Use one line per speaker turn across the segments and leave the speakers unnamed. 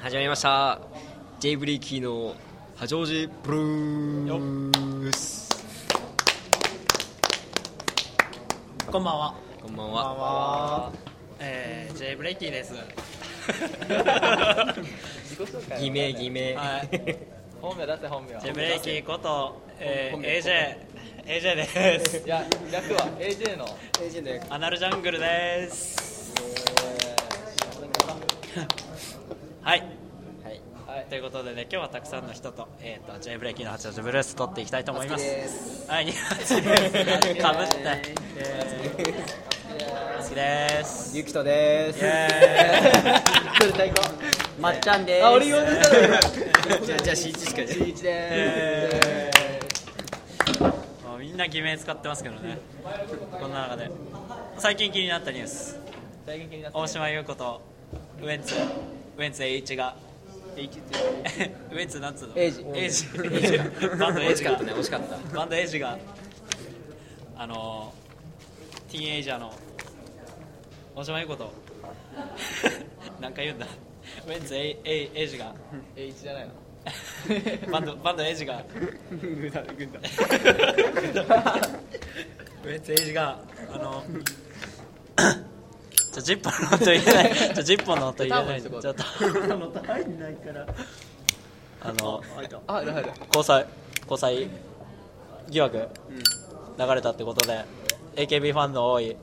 始まりました J ブリーキーの八王子ブルース
こんばんは。
こんばん
こ
は
は。えー、J ブレイキーです。
偽名偽名、
はい。
本名出せ本名
J ブレイキーこと、え
本名
ー、AJ、AJ です
い。や略は AJ の
アナルジャングルです。はい。
はい
ということでね、今日はたくさんの人と、えっ、と、J ブレイキーの八王子ブルース撮っていきたいと思います。はい、二八です。かぶった。好きです。
ゆきとで
イエーイ
まっちゃんです。
あ俺言おうとしたの今
じゃあじゃあ C1 しか
しんいちで
えー まあみんな偽名使ってますけどねこんな中で最近気になったニュース
大元気になって
大島優子とウエンツウエンツ栄一がウエンツなんつうの
エイジ
エイジバンドエ
惜
イジ
しか
が
ったね惜しかった
バンドエイジがあのーティーンエイジャーの大島優子となんか言うんだウエンツエイエイエイジが
A1 じゃない の
バンドバンドエイジが ウエンツエイジがあのちょジッポーの音入れないちょジッポーの音入れないちょっとあの
あなる
交際交際疑惑流れたってことで AKB ファンの多い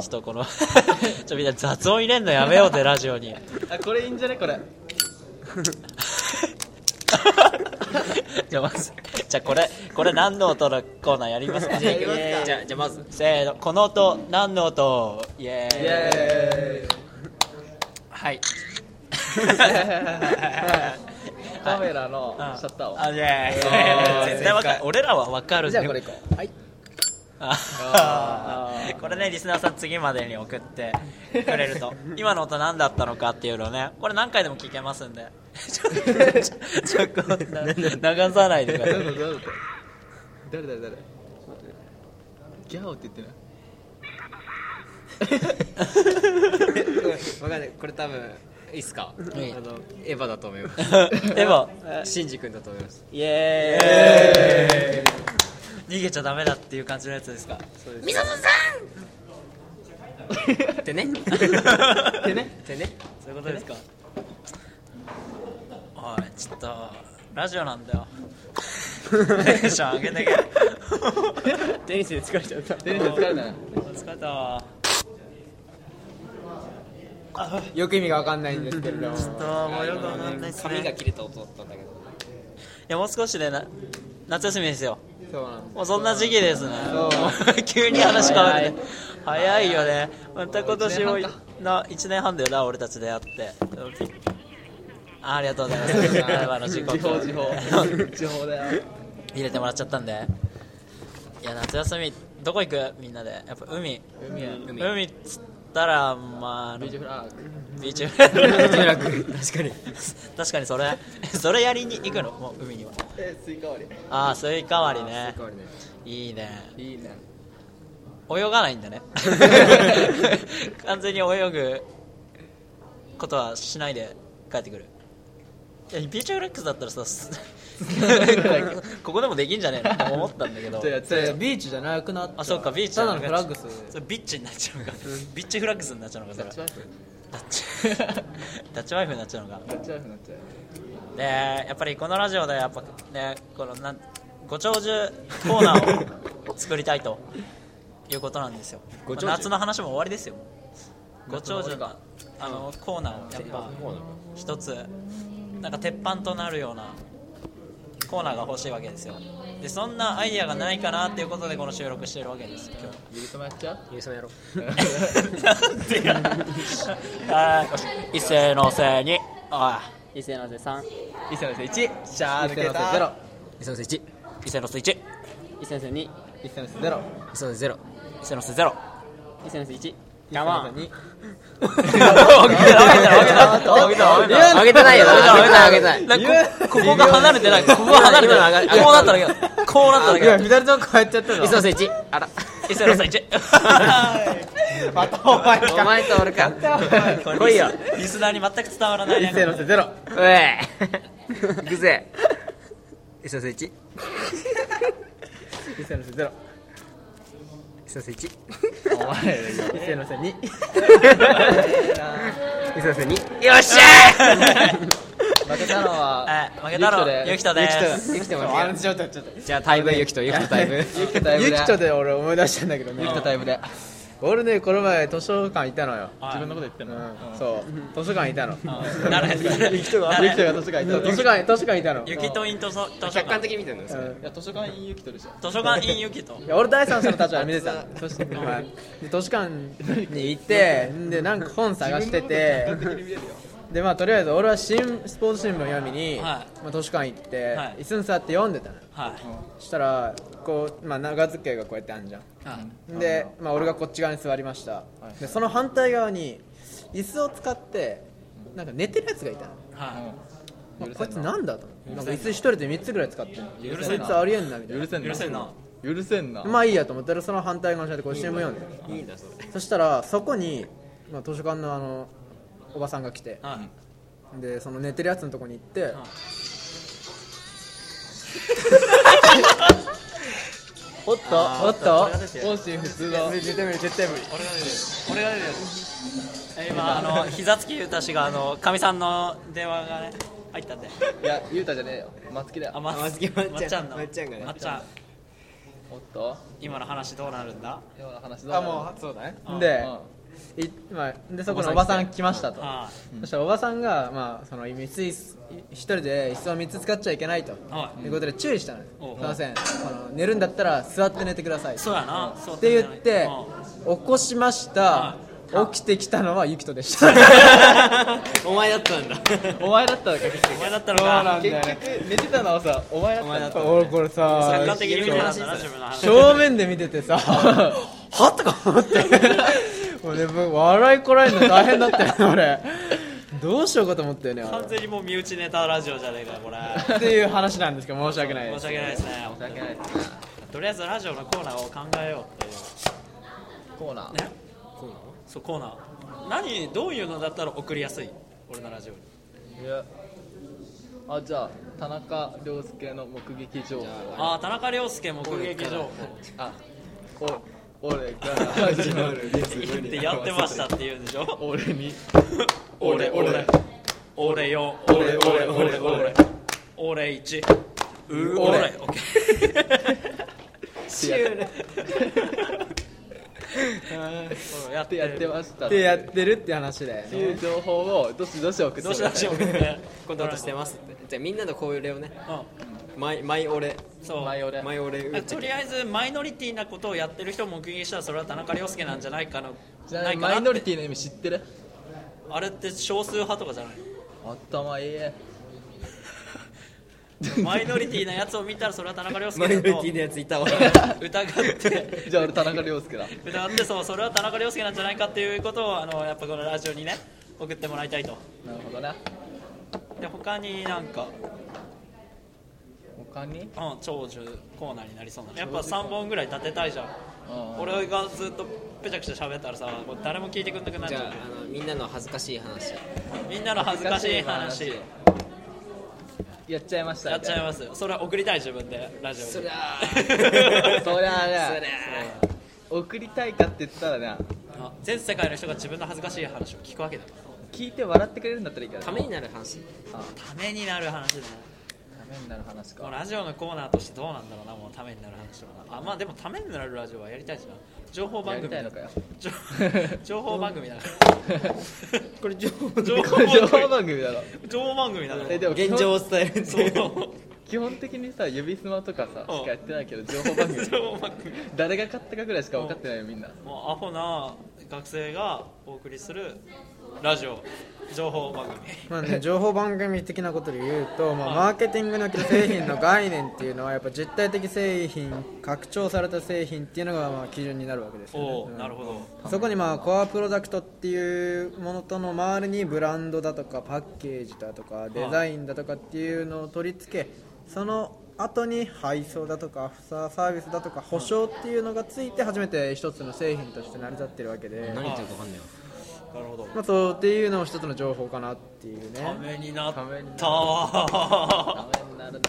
ちょっとこの ちょみんな雑音入れんのやめようぜラジオに
あこれいいんじゃねこれ
じゃあまずじゃあこれこれ何の音のコーナーやりますか
じゃあ
りますか
じゃあじゃあまず
せーのこの音何の音イエーイ
イエ
はい
ーイカメラのシャッターを
あイエーイ
あー
絶対わかる俺らはわかるん
じ
だ
ゃあ
よ
これいこう。はい。
あーこれねリスナーさん次までに送ってくれると今の音何だったのかっていうのをねこれ何回でも聞けますんでちょちょちょこんな流さないでください
誰だ誰だ誰誰誰ギャオって言ってない
わかんないこれ多分いいっすかあの
い
エヴァだと思いま
でも
すシンジ君だと思います
イエーイ逃げちゃダメだっていう感じのやつですか
ってね
でね
ってね
そういうことですかおいちょっとラジオなんだよテンション上げてけ
テニスで疲れちゃった
出るの疲れない
疲れたわ
よく意味がわかんないんですけれども。
どうもよくわかんないっすね
髪が切れた音だったんだけど
いやもう少しでな夏休みですよ
そうなんです。
もうそんな時期ですね
そ
急に話変わるね早いよねまた今年も
一年
な1年半だよな俺たち出会ってあありがとうございます
そうだな
今の時刻
時報時報時報だよ
入れてもらっちゃったんでいや夏休みどこ行くみんなでやっぱ海
海や
海っつったらまああの
ビーチフラッグ
ビーチフラ
とにか
ッグ
く確かに
確かにそれそれやりに行くのもう海には
えスイカ割
ああスイカ割りね
変わりない
いいね
りいいね
泳がないんだね 完全に泳ぐことはしないで帰ってくるいやビーチフレックスだったらさすここでもできんじゃねえのって思ったんだけど
じゃあやっ
そ
て
れビーチじゃなくなった。
あそうかビーチ
ただのフラッグス。
それビッチになっちゃうのかビッチフラックスになっちゃうのかそれ
ダッチワイフ
ダッチダッチワイフになっちゃうのか
ダッチワイフになっちゃう
でやっぱりこのラジオでやっぱねこのなんご長寿コーナーを作りたいということなんですよ
ご長寿
まあ夏の話も終わりですよご長寿
夏の終
の
わ
あのコーナーをやっぱ一つなんか鉄板となるようなコーナーが欲しいわけですよでそんなアイディアがないかなっていうことでこの収録してるわけです今日
ゆりともやっちゃう
ニュースもやろう
なんでやはい一斉のせいにおい
伊勢の瀬さん、
伊勢の瀬1シャー抜け
ゼ
た
ロ、
伊勢のせ1伊
一斉のせい1一
伊勢の瀬二、
伊勢の瀬ゼロ
勢のせ0
斉のせいゼロ
伊勢の瀬一。
ガ
我
2
慢。
あげたあげたあげたあげたあげたあげたあげたあげたあげたあげてないよあげてないなんかここここが離れてないここが離れてないこうなっただけだこうなっただけだ
左とこうやっちゃったの
伊勢のせ1あら
伊勢のさん1
またお前
お
か
前と俺か
来いよリスナーに全く伝わらないね
伊勢のせゼロうえいくぜ
伊勢の聖地
伊勢のせゼロ
伊勢の聖地
伊勢のせ二
伊勢の聖地
よっしゃ
負けたのは
はい負けたのゆきとです
できて
ちょ
ま
ちょっとちょっと
じゃあタイブユキとユキとタイブ
ゆきとタイム
ゆ
で
きとで俺思い出したんだけどね
ゆきとタイムで
俺ねこの前図書館行ったのよ、
自分のこと
言ってんの
うん、そう図書館行ったの
なる
ゆきとがゆきとが確かに
そう図書館図書館行ったの
ゆきとインとそ図書
客観
館
的に見てるんです
うん
いや図書館員ゆきとでしょ
図書館インゆきと
いや俺第三者の立場で見てたの図書はいで図書館に行 ってでなんか本探しててでまあとりあえず俺は新スポーツ新聞読みに、
は
まあ、図書館行って、
はい
椅子に座って読んでたの
はい
そしたらこう、まあ、長机がこうやってあるじゃん
はい
で、まあ、俺がこっち側に座りました、でその反対側に椅子を使ってなんか寝てるやつがいたの、
は
まあこいつなんだと思ってなんか椅子一人で3つぐらい使ってる
許
こ
せ
い
ん
つ
な
ありえんなみたいな
許せんな
許せんな
許せんな
まあいいやと思ったらその反対側の人でこう新聞読んで
いいんだそれ
そしたらそこに、まあ、図書館のあのおばさんが来て
はい
でその寝てるやつのとこに行って
おっと
おっと
もし普通の
絶対無理絶対無理
俺が出るやつ今あの膝つきゆうたしがあのかみさんの電話がね入ったんで
いやゆうたじゃねえよ松木だよ
あま
あまつきまっちゃん
まっちゃんの
まっちゃんがね
まっちゃん
おっと
今の話どうなるんだ
今の話どう
あもうそうだね
うん
で
う
いまあでそこのおばさん来ましたと
は
そしたらおばさんが、まあ、その椅子い一人で椅子を3つ使っちゃいけないと、、
はい
うことで注意したのよ
おう
すいませんあの寝るんだったら座って寝てください
い
っ
そうやなそうって
言って起こしました起きてきたのはユキトでした
お前だったんだ
んお前だったのか
お前だったのか
結局寝てたのはさお前だったのか
俺これ
客
さ
観的に見てたんだな自分の話
正面で見ててさはっとか思ってもうねもう笑いこらえるの大変だったよね俺どうしようかと思ったよねあれ
完全にもう身内ネタラジオじゃねえかよこれ
っていう話なんですけど申し訳ないで
申し
す
訳ないですね本当にとりあえずラジオのコーナーを考えようっていう
コーナー
ねそうコーナー何どういうのだったら送りやすい俺のラジオに
いやあじゃあ田中涼介の目撃情報
ああ田中涼介目撃情報
あお俺が始まる
ってやってましたって言うんでしょ
俺に
俺俺 俺4俺俺俺俺俺1うー俺オ ッケーシュールそうやっ
っ
て
てやって
ま
ましたっ
でや っててるって話だよね
いう情報をどしどし送って
どうしましょう
今度渡してますってじゃあみんなのこういう例をねマイマイ俺
そう
前俺
マイ俺うっちゃ
とりあえずマイノリティなことをやってる人を目撃したらそれは田中涼介なんじゃないかの
ちなみ
ない
に
か
マ
な
イ
っ
ノリ
て
ティの意味知ってる
あれって少数派とかじゃない
頭いい
のマイノリティなやつを見たらそれは田中涼
マ
介
イノ
だ
リテ
と
ィのやついたわ
疑って
じゃあ俺田中涼介だ
だってそうそれは田中涼介なんじゃないかっていうことをあのやっぱこのラジオにね送ってもらいたいと
なるほどね
で他になんか、
他に
うん、長寿コーナーになりそうなやっぱ3本ぐらい立てたいじゃん俺がずっとぺちゃくちゃ喋ったらさもう誰も聞いてくんなくなっ
じ
ち
ゃ
ゃう
ああのみんなの恥ずかしい話
みんなの恥ずかしい話
やっちゃいました
やっちゃいますよそれは送りたい自分でラジオに
そりゃ
そりゃあね
そりゃ
送りたいかって言ったらね
あ全世界の人が自分の恥ずかしい話を聞くわけだから
聞いて笑ってくれるんだったらいいから
ためになる話
あ
ためになる話だな
ためになる話
この
か
ラジオのコーナーとしてどうなんだろうなもうためになる話とかなあまあでもためになるラジオはやりたいしな情報番
やり
組
たいのかよ
情情報番組だから
これ情報
情
情
報番組
報番組だろ
情報番組なの
えでも
現状を伝えるって
そ
いうう
基本的にさ指スマとかさ
うん
しかやってないけど情報番組
情報番組
誰が買ったかぐらいしか分かってないよみんな
もうアホな学生がお送りするラジオ情報番 組
まあね、情報番組的なことで言うと、まあ、マーケティングの製品の概念っていうのはやっぱ実体的製品拡張された製品っていうのがまあ基準になるわけですよ、ね
おお
うん
なるほど
そこにまあコアプロダクトっていうものとの周りにブランドだとかパッケージだとかデザインだとかっていうのを取り付けその後に配送だとかアフターサービスだとか保証っていうのがついて初めて一つの製品として成り立ってるわけで、
何言ってるか分かんないよ
なるほど
まあ、そうっていうのも一つの情報かなっていうね
ためになった
ためになる
わ
になるな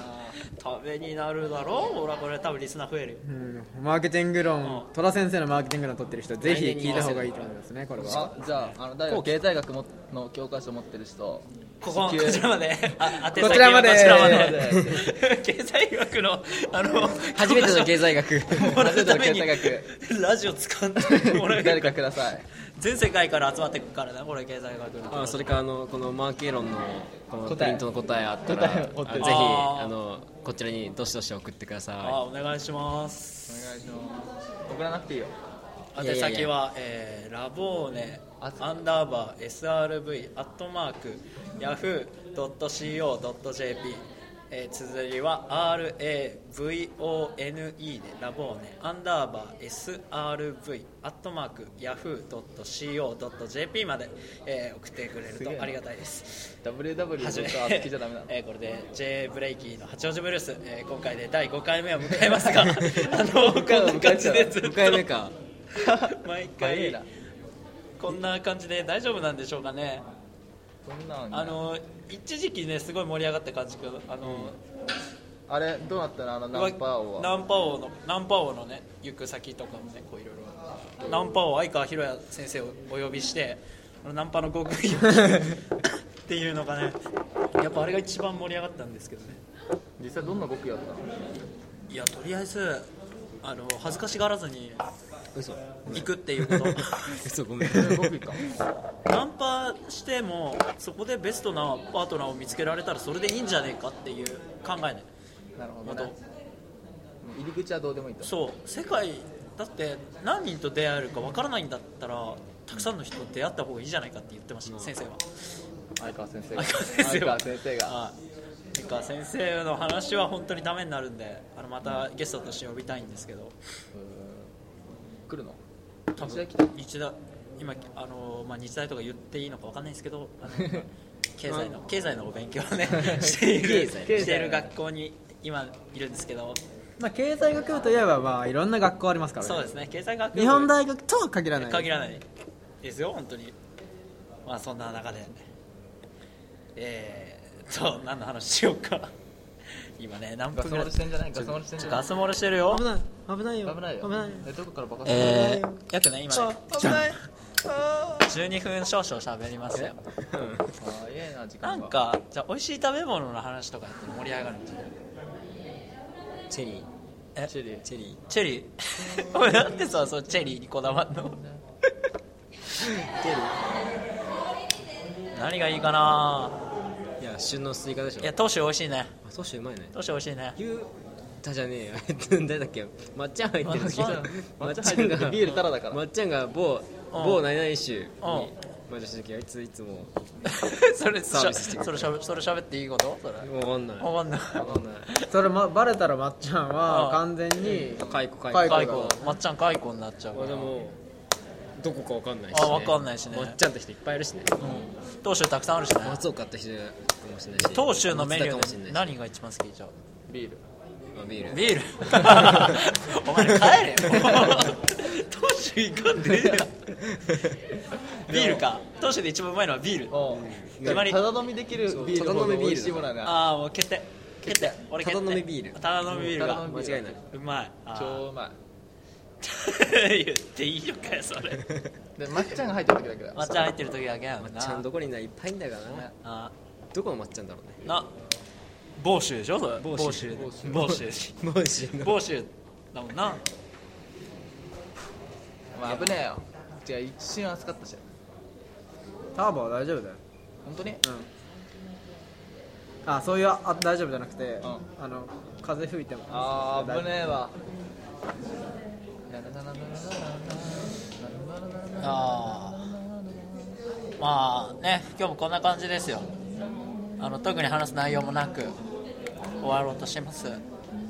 ためになるだろう俺はこれ多分リスナー増えるよ
うん、マーケティング論
う
戸田先生のマーケティング論取ってる人ぜひ聞いた方がいいと思いますねこれは
あじゃああの誰か経済学もの教科書持ってる人
こここちらまであ宛先は
こちらまで
こちらまで経済学のあの
初めての経済学
もらうために
初めての
ラジオ使ってもらえ
誰かください
全世界から集まってくからなこれ経済学の
あそれかあのこのマーケーロンのこのプ
答え
リントの答えあったら
答え
あ
持って
ぜ
る
ひ
あー
あのこちらにどしどし送ってくださ
あお願いします
お願いします送らなくていいよ
いや
宛
いやいや
先はえーラボーネアンダーバー SRV アットマーク Yahoo.co.jp えー、綴りは RAVONE でラボーネアンダーバー SRV アットマーク Yahoo.co.jp まで、えー送ってくれるとありがたいです。
WW
はじめ
とあつきじゃダメなの
えーこれで J ブレイキーの八王子ブルース、えー今回で第5回目を迎えます があのこんな感じでずっ
い
と
5回目か
毎
早い
回
な
こんな感じで大丈夫なんでしょうかね
そんなのね
あの一時期ねすごい盛り上がった感じけどあの、
あれどうなったのあのナンパ王は
ナンパ王のナンパ王のね行く先とかもねこういろいろナンパ王相川博也先生をお呼びしてあのナンパの極意を っていうのがねやっぱあれが一番盛り上がったんですけどね
実際どんな極意だった
いやとりあえずあの恥ずかしがらずに行くっていうこと
嘘ごめ ん
の極意か
ナンパしてもそこでベストなパートナーを見つけられたらそれでいいんじゃねえかっていう考えね
なるほ
も
ど
と
ねもう入り口はどうでもいいと
そう世界だって何人と出会えるかわからないんだったらたくさんの人と出会った方がいいじゃないかって言ってました、先生は
相川先生が
相川先生は
相川先生が
はい相川先生の話は本当にためになるんであのまたゲストとして呼びたいんですけど
来るの
多
日大
分
来た
日大今あの、まあ、日大とか言っていいのかわかんないんです けどあの経済の経済のお勉強をねしている
経済
している学校に今いるんですけど
まあ、経済学部といえば、まあ、いろんな学校ありますからね
そうですね経済学部
日本大学とは限らない
限らないですよ本当にまあそんな中でえー、っと何の話しようか 今ね何
ガ
分
ス
ぐら
漏
い
れしてんじゃないガス漏れしてんじゃな
ガ
い
ス漏れしてるよ
危ない危ないよ
危ないよ
危ないよ
えどこから爆発した
えー、約ね今ね
危ない
12分少々喋りますよ
あーいいな時
な
間が
んかじゃあ美味しい食べ物の話とかやって盛り上がるんじゃない
チェリー
え
チェリーチェリ
チェリー お前なんでさそのチェリーにこだわんの何がいいかな
ーいや旬のスイカでしょ
いやトーシュ美味しいね
あソーシュうまいね
トーシュ美味しいね
言うたじゃねえよ 誰だっけまっちゃん入ってるんですけど
抹茶入ってるビールタラだから
まっちゃんが某
うん
某何々州に
うん
毎年の時あいついつも
それ
サービスしてくれ
それしゃべそれ喋っていいことそれ
分かんない
わかんない
分かんない
それ、ま、バレたらまっちゃん
あ
は
あ
完全に
解雇解
解
雇
雇
解雇まっちゃん解雇になっちゃうか
まあ
ら
でもどこかわかんないし、
あわかんないしね
まっちゃんって人いっぱいいるしね
うんトーシュたくさんあるしね
松岡って人かもしれないし
トーシュのメニ
松田か
ュ
もし
ー
れ
で
ない
何が一番好きじゃあ
ビール
まあビール
ビールお前帰れよトーシュ行かんでええやんビールかトーシュで一番うまいのはビール
おう
決まり
ただ飲みできるビールの方が美味しいものやな
ああもう決定決定俺決定
ただ飲みビール
ただ飲みビール
ただ
が
飲みビール
間違いないう
まいあー
超うま
言っていいのかよそれ
いでまっちゃんが入ってる時だけだ
抹茶入ってる時だけやもんな
ちゃんどこにいないいっぱいいんだからな
あ
どこのまっちゃんだろうね
な房州でしょそれ
房
房
州
州房州
もうしの
房州だもんな
お前危ねえよじゃあ一瞬暑かったし
ターボは大丈夫だよ
本当に
あそういうあ大丈夫じゃなくて、
う
あの風吹いても
あー
大丈
危
夫
ねえわ
ああまあね今日もこんな感じですよあの特に話す内容もなく終わろうとしてます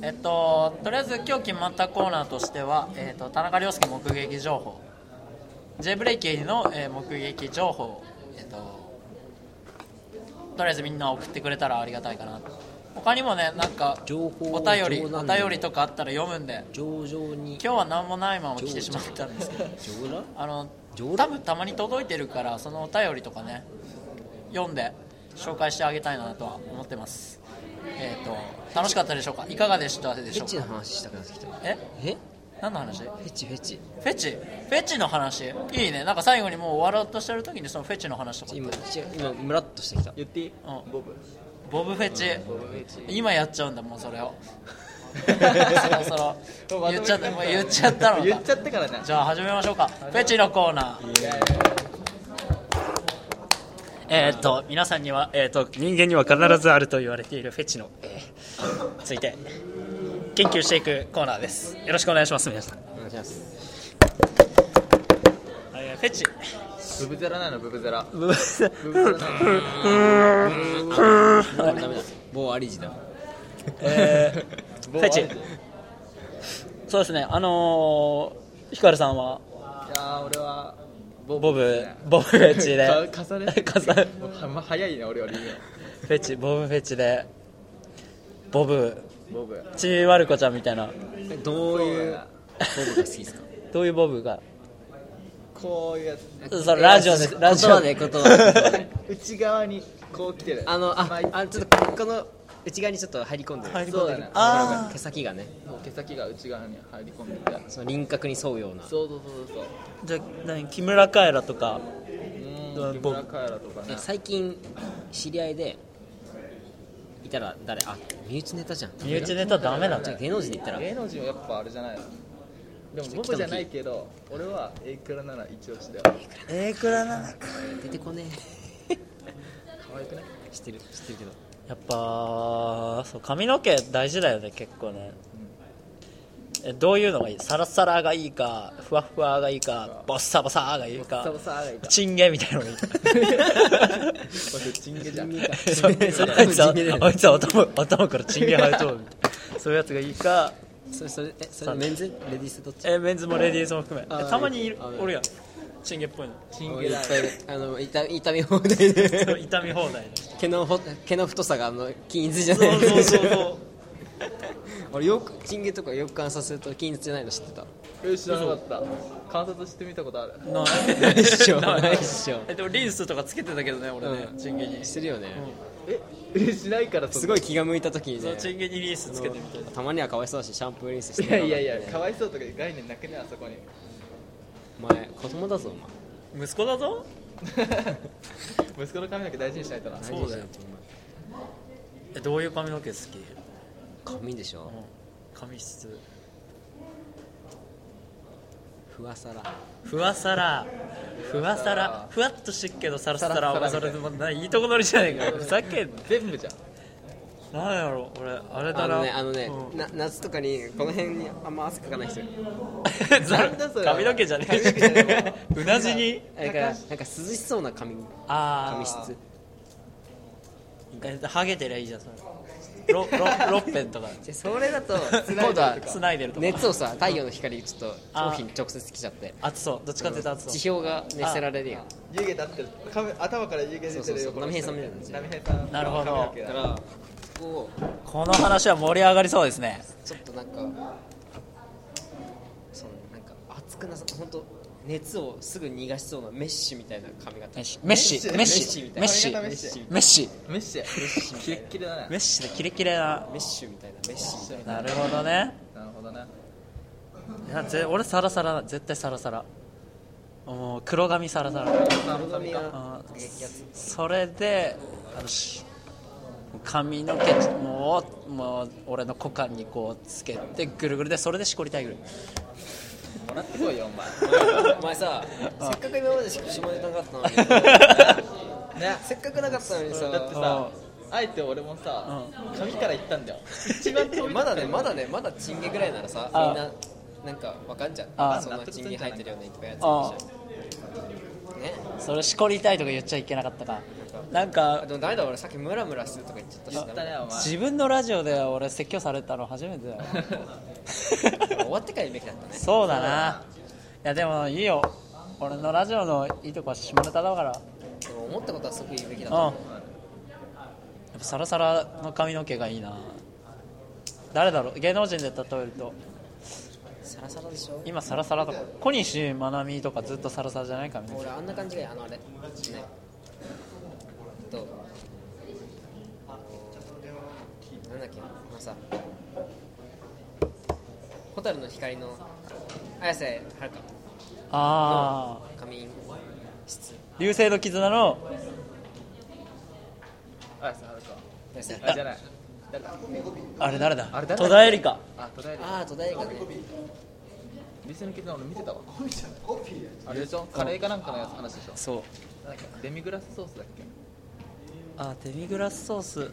えっととりあえず今日決まったコーナーとしては、えっと、田中良介目撃情報 J ブレイキーの、えー目撃情報えっととりあえずみんな送ってくれたらありがたいかな他にもねなんか
情報
お便り
冗
お
談で
便りとかあったら読むんで
上々に
今日は何もないまま来てしまったんですけど
上々
あの
冗
多
談
分たまに届いてるからそのお便りとかね読んで紹介してあげたいなとは思ってますえっ、と楽しかったでしょうかいかがでしたでし
フェ
ょう
チ
か
の話したくなってきた
え
え
何の話フ
フェチフェチ
ェチフェチの話いいねなんか最後にもう終わろうとしてる時にそのフェチの話とか
今ち今ムラっとしてきた
言っていい
うん
ボブ
ボブフェチ今やっちゃうんだもう それをそろそろ言っちゃったもう言っちゃったの
言っ
か
ちゃったからな
じゃあ始めましょうかフェチのコーナーえーっと皆さんには、えーっと人間には必ずあると言われているフェチの、えーついて研究していくコーナーですよろしくお願いします皆さんお願いします、えーフェチ
ブブゼラなのブブゼラ
ブ ブゼ
ブブゼラなの
ダメだ某ありじだ
えー
ボ
フェチそうですねあのー、ヒカルさんはい
やー俺はボ
ボブ
ですね
ボブフェチで
か重ね
重ね
もうはま早いな俺はリー
フェチボブフェチでボブ
ボブ
ちびまる子ちゃんみたいな
どういうボブが好きですか
どういうボブが
こういうやつ
それラジオです ラジ
言
オ
葉で言葉で
内側にこう来てる
あのあ
まい
あちょっとここの内側にちょっと入り込んでる
入り込んで
そ
る
うだね
あー
毛先がね
もう毛先が内側に入り込んでて
その輪郭に沿うような
そうそうそうそう
じゃあ何木村カエラとか
うーん木
ボブ
村カエラとかね
最近知り合いでいたら誰あ身内ネタじゃん
身内ネタダメなん
じ
じ
ゃ
ゃ
あ芸能人で言ったら
芸能人はやっぱあれじゃないのでも
北
僕じゃないけど俺は A クラなら一押しだよ
ええくらな
出てこねえ
可愛くない
知ってる知ってるけど
やっぱそう髪の毛大事だよね結構ねえどういうのがいいサラサラがいいかふわふわがいいかボッサボサがいいか
サボサーがいいか
チンゲみたいな のがいいか
俺チンゲじゃん
そうあいつはあいつは頭頭からチンゲ生えとるみたいなそういうやつがいいか
それそれえそ
さ
れメンズレディースどっち
えメンズもレディースも含めえたまにいる
あ
おるやんチンゲっぽいの
チン
もう
ゲ
いっ
だ
ぱいいるあの痛痛み放題
そう
で
痛み放題の人
毛のほ毛の太さがあの均一じゃな
そ
いう
そうそうそう
俺よくチンゲとかよく観察すると均一じゃないの知ってた
え知らなかった観察してみたことある
ない
っしょないっしょ
えでもリンスとかつけてたけどね俺ね、
うん
チンゲに
してるよね、
ええしないから
すご
い
い気が向いた時に
そう
ね
チンゲにリンスつけてみたいな
たまにはかわいそうだしシャンプーリンスして
いやいやいや
ね
かわいそうとかいう概念なくねあそこに
お前子供だぞお前
息子だぞ
息子の髪の毛大事にしないとな
そうだよえどういう髪の毛好き
髪でしょ
髪質
ふわさら
ふわさらふわさらふわっとしてっけどさらさ
さ
ら
らさら
お前それでもないいいとこ取りじゃねえかふざけんな
全部じゃん
なんやろ俺あれだ
あ
な
のねあの ね、
うん
な夏とかにこの辺にあんま汗かかない人いる
なんだそれ
髪の毛じゃね
髪の毛じゃ
え
ね
うなじに
だからなんか涼しそうな髪
あ
髪
あ
質
えハゲてりゃいいじゃんそれロロ6ペン とか
じゃそれだと
ない
今度は
つないでるとか
熱をさ太陽の光ちょっと頭皮に直接来ちゃって
熱そうどっちかっていうと熱そう
地表が熱せられるやん
湯気立ってる髪頭から湯気出てる
そうそ
よ
うそう波平さんみたいな感じ
波平さん
なるほど
髪の毛だ
だからこう
この話は盛り上がりそうですね
ちょっとなんかそのなんか熱くなさ本当熱をすぐ逃がしそうなメッシュみたいな髪型
メッシメッシメッシメ
メ
ッ
ッ
シ
シ
メ
メ
ッ
ッ
シ
シ
メッシ
メッシュキレッキレだね
メッシでキレキレな
メッシュみたいなメッシュみたい
なるほどね
なるほどね
いやぜ俺サラサラだ絶対サラサラもう黒髪サラサラ
な髪が
あーそれであのし髪の毛もうもう俺の股間にこうつけてぐるぐるでそれでしこりたいぐらい
もらってこいよお前
お前させっかく今までし下ネタなかったのに
ね
せっかくなかったのに
そうだって
さ
さあえて俺もさ髪から行ったん だよ一番遠い
まだねまだねまだチンゲぐらいならさみ
あ
んななんかわかんじゃん
あ
そんなチンゲ入ってるよねいっぱいやつ
あ
ね
それしこりたいとか言っちゃいけなかったかなんか
あでもダメだ俺さっきムラムラするとか言っちゃったし
言ったねお前
自分のラジオで俺説教されたの初めてだよ
終 わってから言うべきだったね
そうだないやでもいいよ俺のラジオのいいとこは下ネタだから
でも思ったことはすぐ言うべきだった
うんやっぱサラサラの髪の毛がいいな誰だろう芸能人で例えると
サラサラでしょ
今サラサラとか小西真美とかずっとサラサラじゃない髪の毛
俺あんな感じがいいあのあれねどうなんだっけあのさ蛍の光の綾瀬はるか
ああ
仮眠室
流星の絆の
あさはるか
綾瀬はる
あじゃない
あれ誰だ
あれ誰だ
戸田恵梨香
あ途絶える
ああ戸田映画ね
流星の絆俺見てたわあれでしょカレーかなんかのやつ話でしょ
そう
なんかデミグラスソースだっけ
あデミグラスソース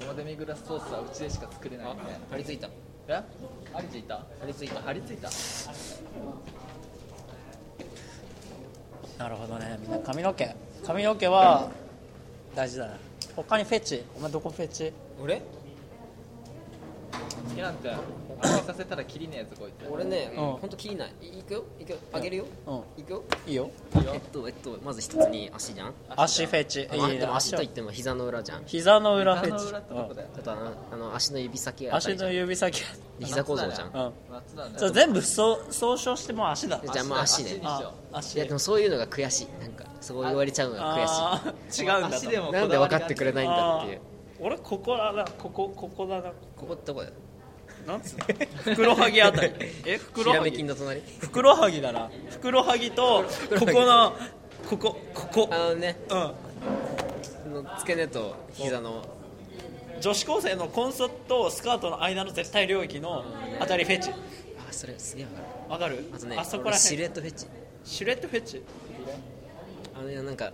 このデミグラスソースはうちでしか作れないみたいな
張り付いた
えありついた
張り付いた
ありついた
なるほどねみんな髪の毛髪の毛は大事だな他にフェチお前どこフェチ
俺
好きなんてあれさせたら切りねえやつこいつ
俺ね
うん
本当切りないいいくよいくよあげるよ
うん
いくよ
いいよ
えっとえっとまず一つに足じゃん
足フェチいい
あまあでも
な
足といっても膝の裏じゃん
膝の裏フ
鼻
ェ
の
チ
裏ってとこだよ
あとあのあの足の指先
うん
が
足の指先
膝小僧じゃん
う
で
ん
夏なんだ
そう
よ
全部そう総称してもう足だ
じゃあまあ足
足
ね
に
あ足
いやでもそういうのが悔しいなんかそう言われちゃうのが悔
あー違うんだと
足でも
しい
こ
なんで
だわ
分
りが
かってくれないんだっていう
あー俺ここだなここここだな
ここってどこだよ
なんつうのふくろはぎあたりえふく
ひ
ろ
ら
は
めき
ぎ
の隣
ふくろはぎだなふくろはぎとここのここここ
あのね
うん
その付け根と膝の
女子高生のコンソとスカートの間の絶対領域のあたりフェチ
あそれすげえ分かる
わかる
あとね
あそこら
俺シル
辺
エットフェチ
シルエットフェチ
あのねなんか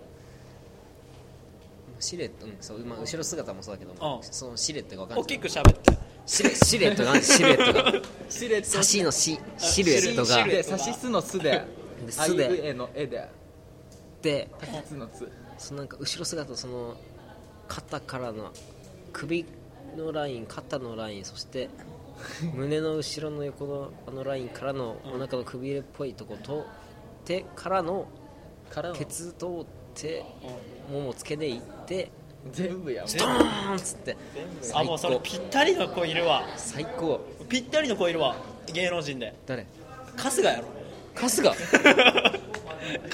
シルエット、うんそうまあ、後ろ姿もそうだけども、
うん
そのシルエットが分かん
大
ない
きく喋って
シルシルエットがシルエット が差しのしシルエットが
シルエ
で
ットが
差しすのすで
で素で
あいうえのえで
で
たきつのつ
そのなんか後ろ姿とその肩からの首のライン肩のラインそ して胸の後ろの横のあのラインからのお腹のくびれっぽいとこ通ってからの
からの
ケツ通ってももつけでいって
全部やもう
ドーンっつって
あ
最
もうそれ
高
ぴったりの子いるわ
最高
ぴったりの子いるわ芸能人で
誰
春日や ろ
春日
春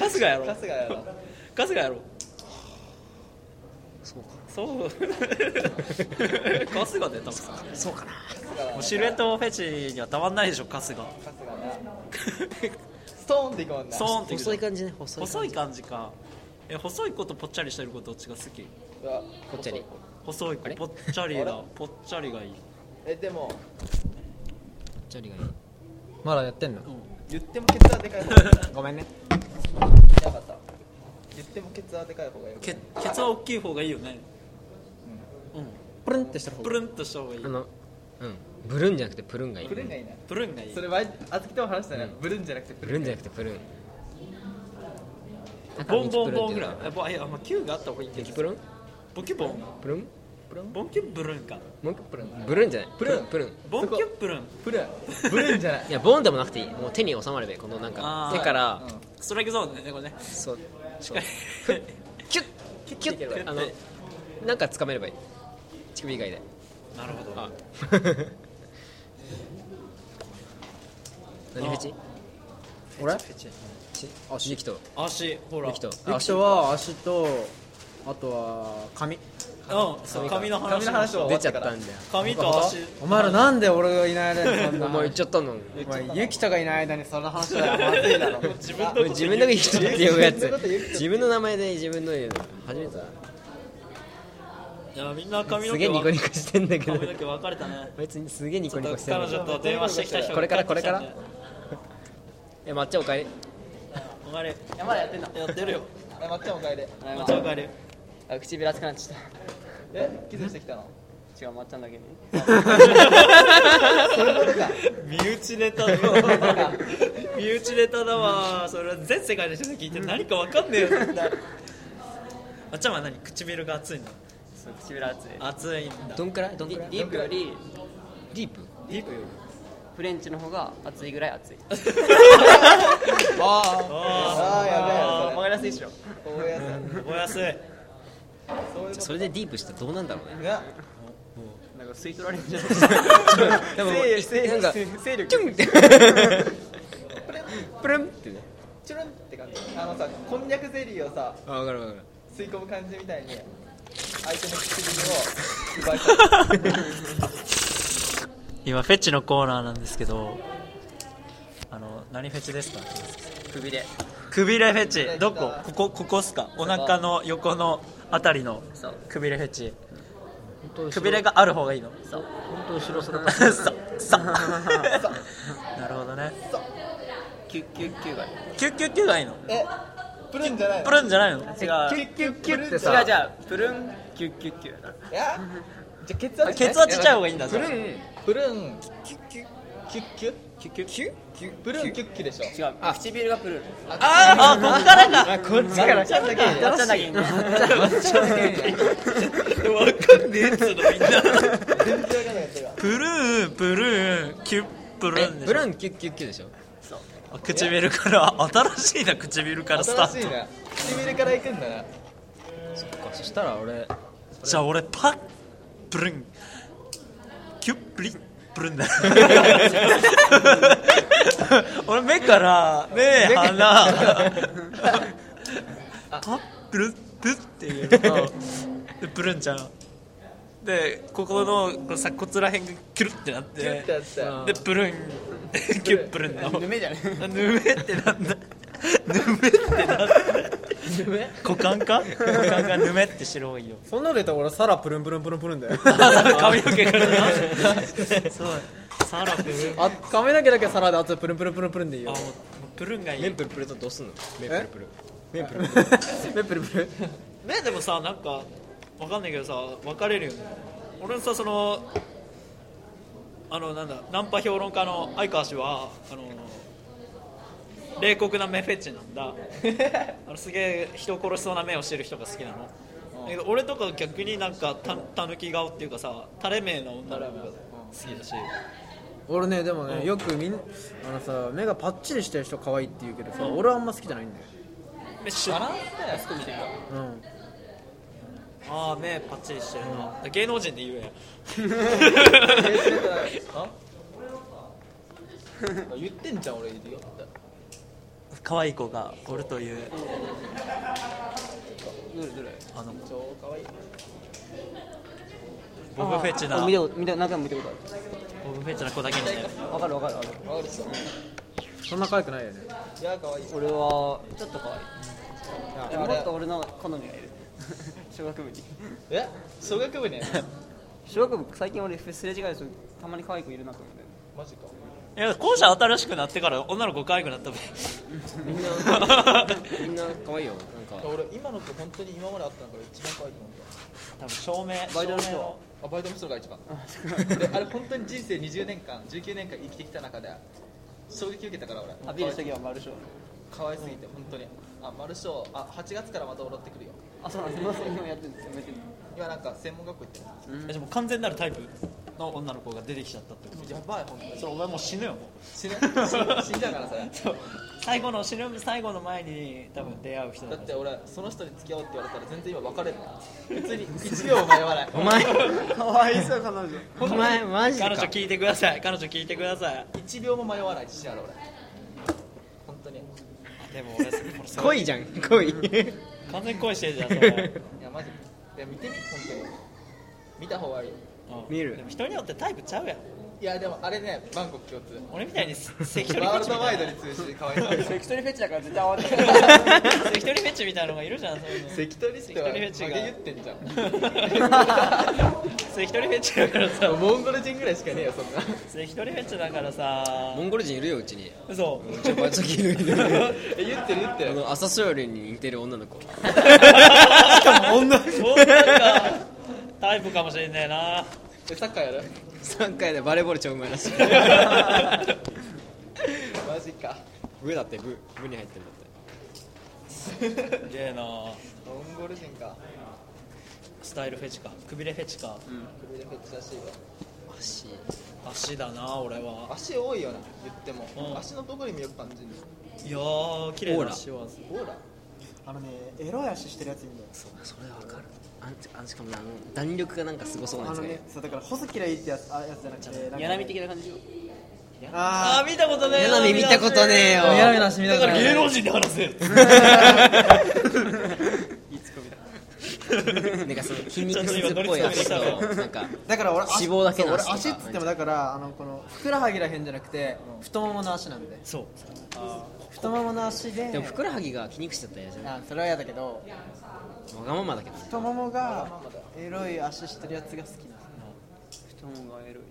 日やろ
春日やろ
春日やろ
そうか
そう 春日で多分
そうかな
もうシルエットフェチにはたまんないでしょ春日
春日なストーンっていこうな
ソーンっていくじ
細
ゃん
い感じね細い
細い感じかえ細い子とぽっちゃりしてる子どっちが好き
うわ
こっちに
細い子
れ
ぽっちゃり
あ
だ
れ
ぽっちゃりがいい
えでも
ジャリが
まだやってんの
言ってもケツはでかい方がいい
ごめんね
なかった言ってもケツはでかい方がいい
ケケツは大きい方がいいよねう
プルンってした方
んプルンとした方がいい
あのうんブルンじゃなくてプルンがいい
ブルンがいいな
プルンがいい
それ前あずきとも話したねブルンじゃなくて
ブ
プ
ル
ルン
ンじゃなくてプルン
ボンボンボンぐらい
い
えぼいやまあキューがあった方がいいけ
プ
ど
ルン
ボキュボン
プルン
ボンキュブルンか
もう一個プルンブルンじゃないプルンプルン
ボンキュブルン
ブルンブルンじゃない
いやボンでもなくていいもう手に収まるべこのなんか
あー
手から
うん
ストライクゾーンだよねこれね
そう
し
そ
っ
う
かり
ふっキュッキュ
キュッていけ
ッ
ば
あ
いい
のなんか掴めればいい乳首以 外で
なるほど
あ何フェチ
俺
ちユキと
足ほら
ユキと
ゆきとは足とあとは髪
うんそう髪の話
髪の話を
出ちゃったんだよ
髪と足
お前らなんで俺がいない間にそんな
お前言っちゃったの
お前ゆきとがいない間にその話はまずいだろ
自分のこと
自分だけ人って呼ぶやつ自分の名前で自分の言うの初めてだ
いやみんな髪の
す
毛
げえニコ
は
ニコしてんだけど
髪の毛分かれたね
あいつにすげえニコニコして
彼
るの
女と電話してきた人が
これからこれから
帰ってきたんで
え抹茶おかえり
おかえり山やってんだやってるよ
えまっちゃんおかえり
抹茶おかえり
あ唇熱くなっちゃっ
えキスしてきたの
た違うまっちゃんだけに
身内ネタだ身内ネタだわそれは全世界の人が聞いて何か分かんねえよ絶対あっちゃんは何唇が熱いの
そう唇熱い
熱いんだ
どんくらいどんくらい
ディープより
ディープ
フレンチの方が熱いぐらい熱い
あ
あーやべえ
あーわかりやすいでしょ
こういうやつ
覚えやすい
それでディープしたらどうなんだ ろうね
が
なんか吸い取られるんじゃない
でも
ですか。
なんか
勢力。
ンってプルンってね
チュルンって感じあのさこんにゃくゼリーをさ
あ分かる分かる
吸い込む感じみたいに相手の唇を奪い取る
今フェチのコーナーなんですけどあの何フェチですか
くびれ。
くびれフェチどこここここっすかお腹の横のあたりの
そう。
くびれフェチくびれがある方がいいの
そう。
本当後ろ
そ
姿
うそうなるほどね
キュッキュッキュッが。
キュッキュッキュッがいいの
えプルンじゃないの
プルンじゃないの
え
違う
キュッキュッって
それはじゃあプルンキュッキュッキュッやな。
いやじゃあ血圧
血圧ちっちゃい方がいいんだそれ
プルンキュッキュッキュッキュッキュッキュップルンキュッキュでしょ
違う。唇がプルン。
ああこっからか
こっちからちゃんだけ
わっちゃんだけに。
わかんねえっつうのみんな
全然わかんないやつが
プルーンプルーンキュップルーンでしょ
ブランキュッキュッキュッでしょ
あ唇から新しいな唇からスタ
新
ー
しい
ト
な唇から行くんだな
そっかそしたら俺
じゃあ俺パップルンキュップリプル ンだ俺目から目鼻パップルップッっていうのとでプルンちゃんでここのこの鎖骨らへんがキュルってなって
キュッてやつだ
でプル ンキュップルンの
夢じゃね。
あぬめってなんだ ぬめってなんだ股間 か股間がぬめってしてる方がいいよ
そんなの言ったら俺サラプルンプルンプルンプルンだよ
髪の毛からなそうサラプルンあ
あ髪の毛だけサラであとプルンプルンプルンプルンでいい
も
よ
うプルンがいい
麺プルプルとどうすんの麺プルプル
目プルプルプル
ねでもさなんかわかんないけどさ分かれるよね俺のさそのあのなんだナンパ評論家の相川氏はあの冷酷な目フェチなん だあのすげえ人を殺しそうな目をしてる人が好きなのだけど俺とか逆になんかたたぬき顔っていうかさ垂れ目の女の子が好きだし
俺ねでもねよくみんあのさ目がパッチリしてる人可愛いって言うけどさ俺はあんま好きじゃないんだよ
目シュ
バ
ッ
ランスだよ少し
うん
ああ目パッチリしてるな、芸能人で言えや
言ってんじゃん俺言った
可愛い子がおるというあの
超可愛い
ボブフェチな
あ見たこと見た何回も見たことあ
ボブフェチな子だけにね
る。わかるわかるわかる。
わかるっしょ
そんな可愛くないよね
いや可愛い
俺はちょっと可愛い。
あ
も
れ
っと俺の好みがいる。 小学部に。
え小学部ね
小学部最近俺すれ違いですたまに可愛い子いるなと思って。
マジか
いや校舎新しくなってから女の子可愛くなったべ
みんなみんな可愛いよなんか
俺今の子本当に今まであった中で一番可愛いと思っ
多分照明
バイトの
照
人
明
は
を
たあバイトも人が一番であれ本当に人生20年間19年間生きてきた中で衝撃受けたから俺
アピールした時は丸小。
可愛すぎて本当にあマルショーあ8月からまた踊ってくるよ
あそうなんです。今今やってるんですよ。やめてる
今なんか専門学校行って
えでも完全なるタイプの女の子が出てきちゃったってこと
るやばい本当に
それお前もう死ぬよも
死ぬ死んじゃうからそれ
うそう最後の死ぬ最後の前に多分出会う人だ
だっ
から
て俺その人に付き合おうって言われたら全然今別 れるな普通に1秒も迷わない
お前
かわいそう彼女。
お前マジ
彼女
か
聞いてください彼女聞いてください
1秒も迷わない自信ある俺本当にい
でも俺俺それ
恋じゃん恋
完全に恋してるじゃん それ、
やマジいや見てみ本当に見た方がいいよ
うん
見る
でも人によってタイプちゃうやん
いやでもあれねバンコク共通
俺みたい に関取フ
ワ
ェ
ール
チみ
ドワ
た
イ
い
ド
な
に通じて可愛い
セクトリフェチだから絶対合わない。
関取フェチみたいなのがいるじゃんそういうの
関取っては
関取フェチが
曲げ言ってんじゃん
関取フェチだからさ
モンゴル人ぐらいしかねえよそん な
関取フェチだからさ
モンゴル人いるようちに
嘘
うちのバイト先にいる
え言ってる言って
あ
る
の朝青龍に似てる女の子
そうかタイプかもしれねえ な
えサッカーやる
3回でバレーボール超うまいら しい
マジか
部だって部部に入ってるんだって
すげえな
モンゴル人か
スタイルフェチかくびれフェチか
クビレフェチらしいわ
足
足だな俺は
足多いよな言っても、
うん
足のどこに魅力感じるの
いやー綺麗な足は
オーラ
あ
あのねエロい足してるやついるんだよ
そうそれわかるあんあんしかもねあの弾力がなんかすごそうな
あ
やつ
の
がいる
ねそうだから細木らいいってやつあやつじゃなくて
柳的
な
な感じよ
んかあ
見たことねえ
柳見たことねえよ
やめなしみたいな
能人で話せ
なんかその筋肉質っぽい足となんか
ーだから俺足
脂肪だけの足と
そう俺
か
足っつってもだからあのこのふくらはぎらへんじゃなくて太ももの足なんで
そう
太ももの足で
でもふくらはぎが筋肉質だったら嫌じゃない
あそれは嫌だけど
わがままだけどね
太ももがエロい足してるやつが好きな
太ももがエロい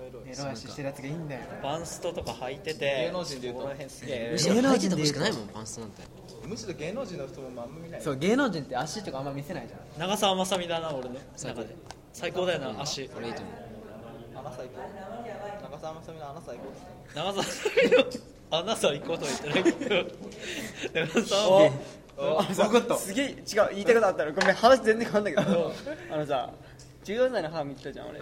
エロい足してるやつがいいんだよ
バンストとか履いてて
芸能人で言うと
ここら辺すげえ
むしろ履いててほしくないもんパンストなんて
むしろ芸能人の太ももあんま見ない
そう芸能人って足とかあんま見せないじゃん
長澤まさみだな俺の中で最高だよな足
俺いいと思う
穴最高長澤まさみの穴最高ですね
長澤まさみの穴さ行こうとは言ってないけど長澤
分かった
すげえ違う言いたいことあったらごめん話全然変わんだけどあのさ14歳の母見てたじゃん俺、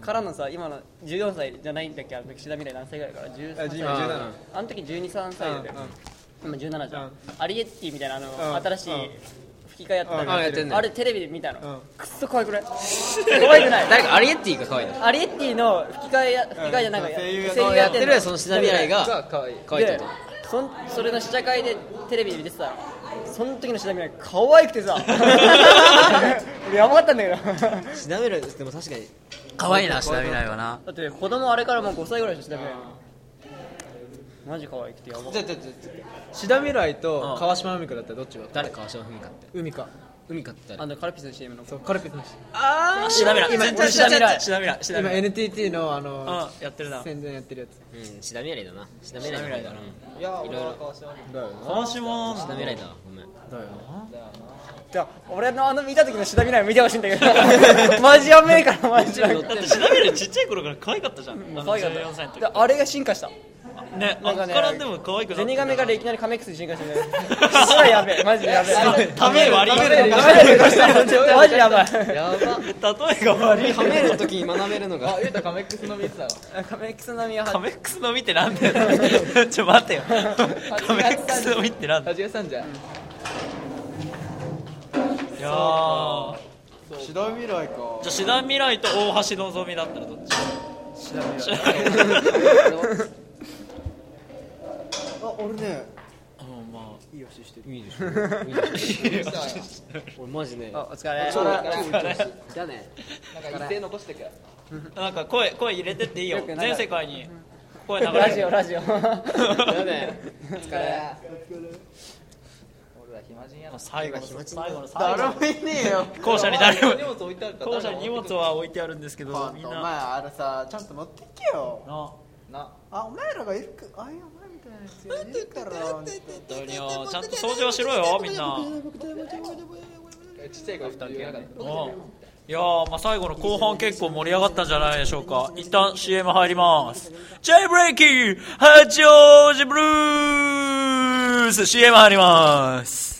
からのさ今の14歳じゃないんだっけあの時志田未来何歳ぐらいから13歳
今17
あの時1 2 3歳だよ、今17じゃん、
うん
アリエッティみたいなあの、
ん
新しい吹き替えやってた
うんあやってんね
あれテレビで見たの、
うん
くっそ可愛くない可愛 くない
誰かアリエッティが可愛いの
アリエッティの吹き替えや吹き替えじゃなんか
声優や
そうやってるそのシナ未来
じゃあ
が
可愛い
可愛いって
で
こ
そんそれの試写会でテレビで見てたその時のシナミが可愛くてさ 俺やばかったんだけど
とシナ未来でも確かに可愛いなシナ未来はな
だって子供あれからもう5歳ぐらいでしょシナミマジ可愛くてやばかっ
じゃあじゃあじゃあ志田未来と川島海香だったらどっちが
誰川島文香って
海香
海香って誰
たあのカルピスの CM の
そうカルピスの人
シナミラ
今
絶対シナミラシナミラシナミ
今
ラ
NTT のあの
あやってるな
宣伝やってるやつ
うんシナ未来だなシナ未来の方だなうん
いや俺は川島
だよな
川島
シナ未来だわごめん
だよな
じゃあ俺のあの見た時のシナミラ見てほしいんだけ どマジやめえからマジで
だってシナミラちっちゃい頃から可愛かったじゃんあ
可
の
愛かった
14歳の時
であれが進化した
ねあ
な
っ
んかね
からでも可愛くな
ゼニガメからい
レ
きなりカメックスに進化 してるそれやべえマジでやべえ
ため割り
やばいマジやばい
やば
例えが悪い
カメる時に学べるのが
あ、ゆうたカメックスの見てたの
カメックス並みは
カメックスの見てなんだよちょ待てよカメックスの見ってなんだよ
八月さんじゃん
いやー
シダ未来か
じゃあ志田未来と大橋のぞみだったらどっち
シダ未来あ俺ね
あま
いい足してる
いいでしょ俺マジね
お疲れ
そうだから
だね
なんか一定残してく
あなんか声声入れてっていいよ
よくない
全世界に声流れ
ラジ
る
オラ ジオ
だね
疲れ
俺ら暇人や
も
な
う最後の
暇人
最後の最後
誰
の
もいねえよ
校舎に誰も
荷物置いてあるから
校舎に荷物は置いてあるんですけ
ほ
ど
ん
みん
とお前
な
あれさちゃんと持ってけよ
な
な
あお前らがいるかあいやお前みたいなやつがいるから
本当によちゃんと掃除はしろよみんな
ちっちゃい子二人言えなかった
うんいやーまあ最後の後半結構盛り上がったんじゃないでしょうか一旦 CM 入ります J ブレイキー八王子ブルース CM 入ります